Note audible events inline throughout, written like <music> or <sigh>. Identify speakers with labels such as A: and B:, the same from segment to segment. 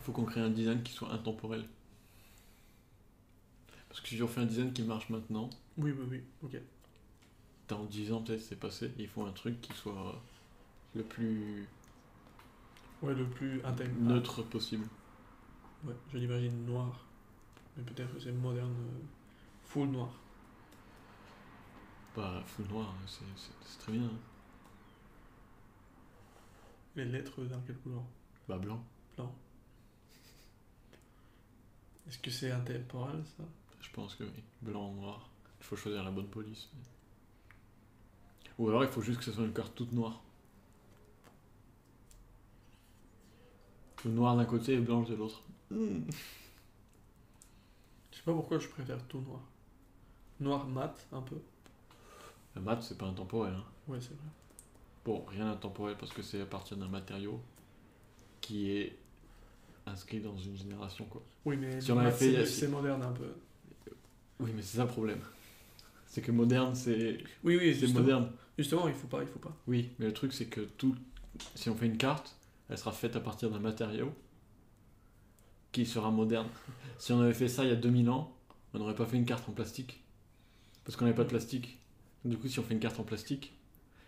A: faut qu'on crée un design qui soit intemporel. Parce que si on fait un design qui marche maintenant,
B: Oui, oui, oui, ok.
A: dans 10 ans peut-être c'est passé, il faut un truc qui soit le plus
B: Ouais, le plus un thème.
A: neutre possible.
B: Ouais, je l'imagine noir. Mais peut-être que c'est moderne. euh, full noir.
A: Bah, full noir, hein, c'est- c'est c'est très bien. hein.
B: Les lettres dans quelle couleur
A: Bah, blanc,
B: Blanc. Est-ce que c'est intemporel ça
A: je pense que oui. Blanc, noir. Il faut choisir la bonne police. Ou alors il faut juste que ce soit une carte toute noire. Le noir d'un côté et blanche de l'autre.
B: Je sais pas pourquoi je préfère tout noir. Noir mat, un peu.
A: Le mat, c'est pas intemporel. Hein.
B: Ouais, c'est vrai.
A: Bon, rien d'intemporel parce que c'est à partir d'un matériau qui est inscrit dans une génération, quoi.
B: Oui, mais
A: Si
B: le
A: on avait
B: mat,
A: fait-
B: c'est
A: si-
B: c'est moderne un peu.
A: Oui, mais c'est ça le problème. C'est que moderne, c'est
B: Oui, oui,
A: c'est
B: justement.
A: moderne.
B: Justement, il faut pas, il faut pas.
A: Oui, mais le truc, c'est que tout. Si on fait une carte, elle sera faite à partir d'un matériau qui sera moderne. Si on avait fait ça il y a 2000 ans, on n'aurait pas fait une carte en plastique. Parce qu'on n'avait pas de plastique. Du coup, si on fait une carte en plastique,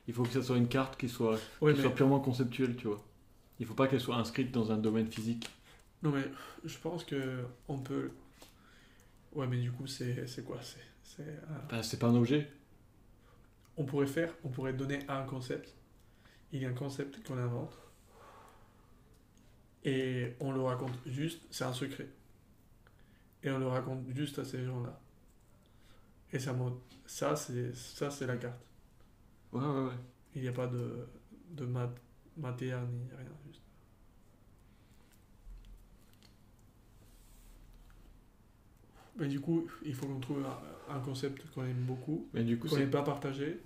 A: il faut que ça soit une carte qui soit,
B: Ouais,
A: qui
B: mais...
A: soit purement conceptuelle, tu vois. Il faut pas qu'elle soit inscrite dans un domaine physique.
B: Non, mais je pense que on peut. Ouais, mais du coup, c'est c'est quoi C'est. c'est, euh,
A: Bah, c'est pas un objet.
B: On pourrait faire, on pourrait donner à un concept. Il y a un concept qu'on invente. Et on le raconte juste, c'est un secret. Et on le raconte juste à ces gens-là. Et ça, mo- ça c'est ça c'est la carte.
A: Ouais, ouais, ouais.
B: Il n'y a pas de, de mat, matière ni rien. Juste. Mais du coup, il faut qu'on trouve un, un concept qu'on aime beaucoup,
A: Mais du coup,
B: qu'on
A: c'est
B: n'aime pas partagé,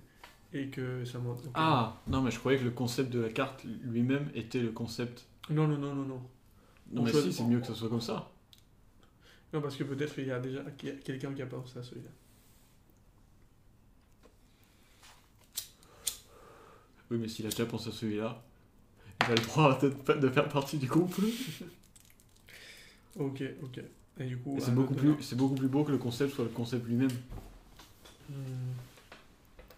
B: et que ça monte. ok.
A: Ah, non, mais je croyais que le concept de la carte lui-même était le concept.
B: Non, non, non, non, non.
A: Non,
B: On
A: mais si,
B: choisit-
A: c'est mieux que ça soit comme ça.
B: Non, parce que peut-être il y a déjà qu'il y a quelqu'un qui a pensé à celui-là.
A: Oui, mais s'il a déjà pensé à celui-là, il a le droit peut-être pas de faire partie du groupe.
B: Ok, ok. Et du coup.
A: Et C'est
B: un
A: beaucoup,
B: autre-
A: plus, c'est beaucoup plus beau que le concept soit le concept lui-même.
B: Hmm.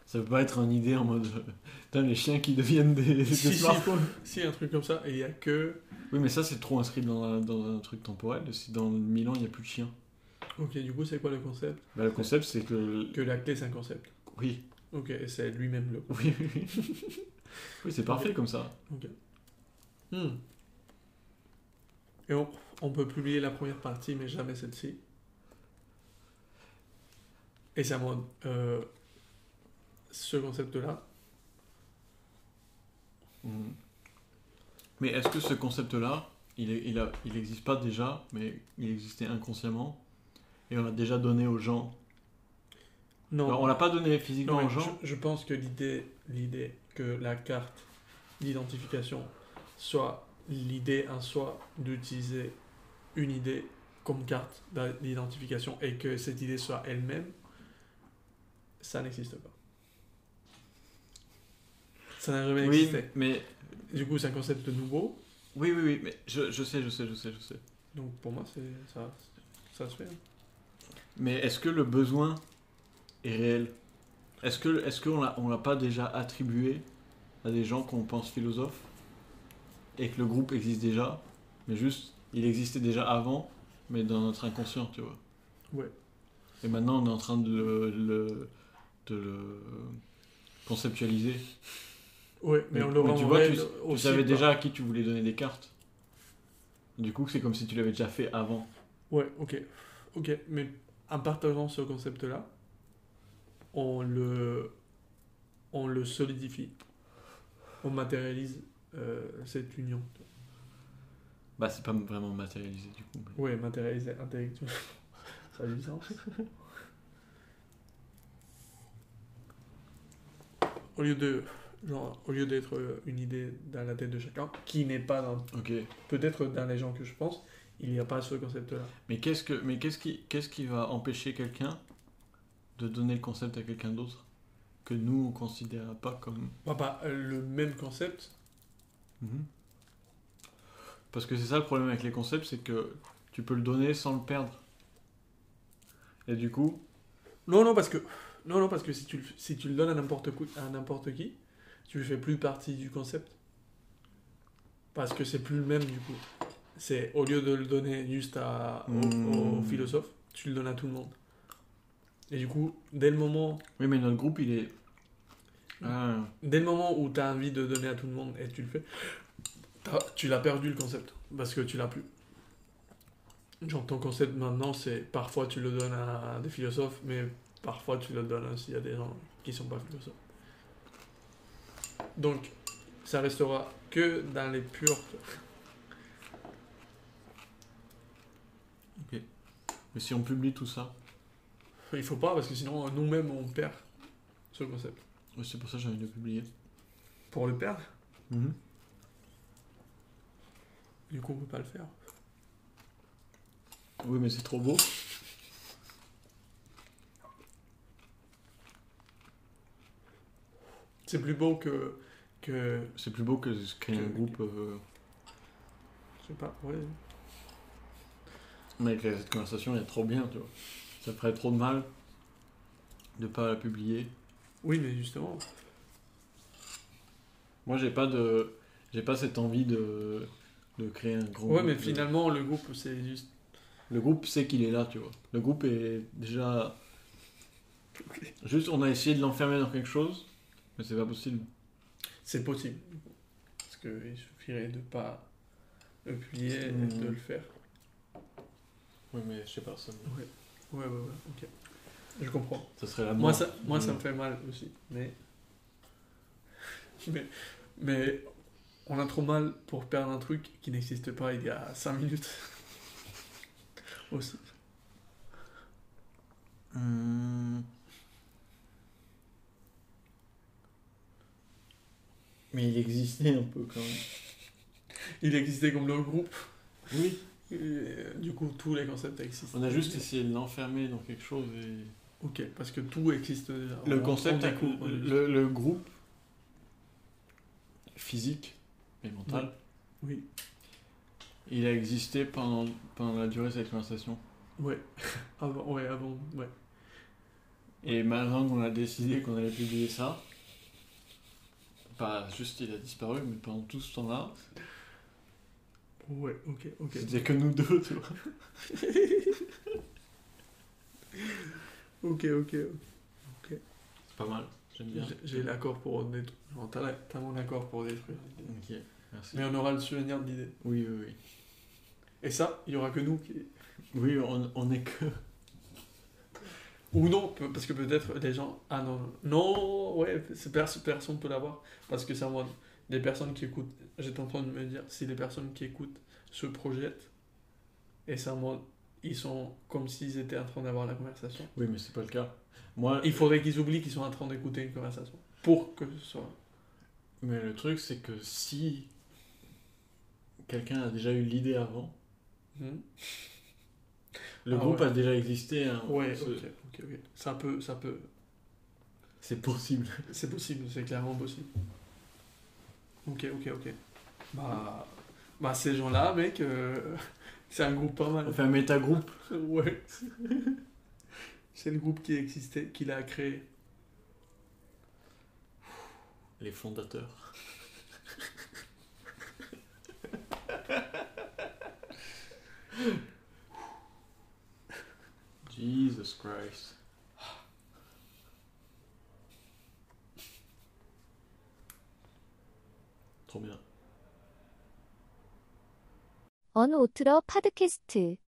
A: Ça peut pas être une idée en mode. <laughs> euh, Putain, les chiens qui deviennent des, des
B: hmm. Si, si,
A: smartphones.
B: <laughs> Si, un truc comme ça, et il y a que.
A: Oui, mais ça, c'est trop inscrit dans un, dans un truc temporel. Si dans Milan, il n'y a plus de chiens.
B: Ok, du coup, c'est quoi le concept
A: Bah, le concept, c'est que. le-
B: Que la clé, c'est un concept.
A: Oui, <laughs>
B: Ok, et c'est lui-même le.
A: oui, oui. oui. Oui, c'est parfait comme ça.
B: Hmm. Et on, on peut publier la première partie, mais jamais celle-ci. Et ça montre euh, ce concept-là.
A: Mhm. Mais est-ce que ce concept-là, il est- il a- il n'existe pas déjà, mais il existait inconsciemment et on l'a déjà donné aux gens.
B: Non,
A: Alors, Bah, on l'a pas donné physiquement
B: non, mais
A: aux gens.
B: je, je pense que l'idée, l'idée que la carte d'identification soit l'idée en soi d'utiliser une idée comme carte d'identification et que cette idée soit elle-même, ça n'existe pas. Ça n'a jamais
A: Oui,
B: existé.
A: mais
B: Du coup, c'est un concept nouveau.
A: oui, oui, oui, mais je, je sais, je sais, je sais, je sais.
B: Donc pour moi, c'est ça, ça se fait. hein.
A: Mais est-ce que le besoin est réel Est-ce que est-ce qu'on l'a on l'a pas déjà attribué à des gens qu'on pense philosophes et que le groupe existe déjà, mais juste il existait déjà avant, mais dans notre inconscient, tu vois.
B: Ouais.
A: Et maintenant on est en train de le, le- de le conceptualiser.
B: Ouais, mais,
A: Mais-
B: on le
A: mais
B: rend
A: tu vois,
B: réel
A: tu- Tu
B: aussi,
A: savais
B: quoi.
A: déjà à qui tu voulais donner des cartes. Du coup, c'est comme si tu l'avais déjà fait avant.
B: Ouais, ok. Ok, mais en partageant ce concept-là, on le, on le solidifie. On matérialise euh, cette union.
A: Bah, c'est pas vraiment matérialisé du coup. mais-
B: Ouais, matérialiser intellectuellement. <laughs> ça a du sens. Au lieu de genre au lieu d'être euh, une idée dans la tête de chacun qui n'est pas dans
A: Ok.
B: peut-être dans les gens que je pense, il n'y a pas ce concept-là.
A: Mais qu'est-ce que, mais qu'est-ce qui, qu'est-ce qui va empêcher quelqu'un de donner le concept à quelqu'un d'autre que nous on considère pas comme.
B: Enfin, pas euh, le même concept,
A: Parce que c'est ça le problème avec les concepts, c'est que tu peux le donner sans le perdre. Et du coup,
B: Non, non, parce que, non, non, parce que si, tu, le- si tu le donnes à n'importe cou- à n'importe qui, tu ne fais plus partie du concept. Parce que c'est plus le même du coup. C'est au lieu de le donner juste à, au, au
A: Hmm.
B: philosophe, tu le donnes à tout le monde. Et du coup, dès le moment,
A: oui, mais notre groupe, il est. Ah,
B: dès le moment où tu as envie de donner à tout le monde et tu le fais, t'as- tu l'as perdu le concept. Parce que tu l'as plus. Genre ton concept maintenant, c'est parfois tu le donnes à des philosophes, mais parfois tu le donnes aussi à des gens qui sont pas philosophes. Donc, ça restera que dans les purs.
A: mais si on publie tout ça,
B: Il faut pas, parce que sinon, euh, nous-mêmes, on perd ce concept.
A: Oui, c'est pour ça que j'ai envie de le publier.
B: Pour le perdre, du coup, on peut pas le faire.
A: Oui, mais c'est trop beau.
B: C'est plus beau que. que
A: C'est plus beau que ce créer un
B: Que-
A: groupe euh,
B: je sais pas, ouais.
A: Mec, cette conversation elle est trop bien, tu vois. Ça ferait trop de mal de pas la publier.
B: Oui, mais justement,
A: Moi, j'ai pas de, j'ai pas cette envie de, de créer un grand.
B: Ouais,
A: groupe
B: mais
A: de-
B: finalement, le groupe, c'est juste.
A: Le groupe sait qu'il est là, tu vois. Le groupe est déjà. Juste, on a essayé de l'enfermer dans quelque chose, mais c'est pas possible.
B: C'est possible. Parce qu'il suffirait de pas le plier et
A: Mhm.
B: de le faire.
A: Oui, mais je sais pas ça.
B: Ouais, ouais, ouais, ok. Je comprends.
A: Ça serait la mort.
B: Moi, ça, moi ça
A: Mm.
B: me fait mal aussi. Mais. Mais. Mais. On a trop mal pour perdre un truc qui n'existe pas il y a 5 minutes. <laughs> aussi.
A: Hum. Mais il existait un peu quand même.
B: Il existait comme le groupe.
A: Oui.
B: et, euh, du coup, tous les concepts existent.
A: On a juste essayé de l'enfermer dans quelque chose et.
B: Ok, parce que tout existe déjà.
A: Le
B: On-
A: concept,
B: on
A: avec
B: découvre, on
A: le, le groupe physique et mental,
B: Oui.
A: il a existé pendant, pendant la durée de cette conversation.
B: Ouais. <laughs> avant, ouais, avant, ouais.
A: Et maintenant qu'on a décidé qu'on allait publier ça, pas juste il a disparu, mais pendant tout ce temps-là,
B: Ouais, ok, ok.
A: c'était que nous deux, tu vois.
B: Ok, ok.
A: C'est pas mal, j'aime bien.
B: J'ai- J'ai l'accord pour détruire. Non, t'as la- t'as mon accord pour détruire. l'idée.
A: Ok, merci.
B: Mais on aura le souvenir de l'idée.
A: Oui, oui, oui.
B: Et ça, il y aura que nous qui.
A: Oui, on, on est que. <laughs>
B: Ou non, pe- parce que peut-être les gens. Ah non, non. Non, ouais, c'est pers- personne peut l'avoir. Parce que c'est en mode. Les personnes qui écoutent. J'étais en train de me dire, si les personnes qui écoutent se projettent, et c'est en mode. Ils sont comme s'ils étaient en train d'avoir la conversation.
A: Oui, mais c'est pas le cas. Moi,
B: Il faudrait qu'ils oublient qu'ils sont en train d'écouter une conversation. Pour que ce soit.
A: Mais le truc, c'est que si quelqu'un a déjà eu l'idée avant,
B: Hmm
A: le
B: Ah
A: groupe
B: ouais.
A: a déjà existé. hein.
B: Ouais,
A: C'est-
B: ok, ok, ok. Ça peut, ça peut.
A: C'est possible. <laughs>
B: C'est possible, c'est clairement possible. Ok, ok, ok. Bah, bah ces gens-là, mec, euh, c'est un groupe pas
A: On
B: mal.
A: fait un métagroupe.
B: Ouais. <laughs> c'est le groupe qui existait, qui l'a créé.
A: Les fondateurs. Jesus Christ. Trop bien.
C: 언 오트러 팟캐스트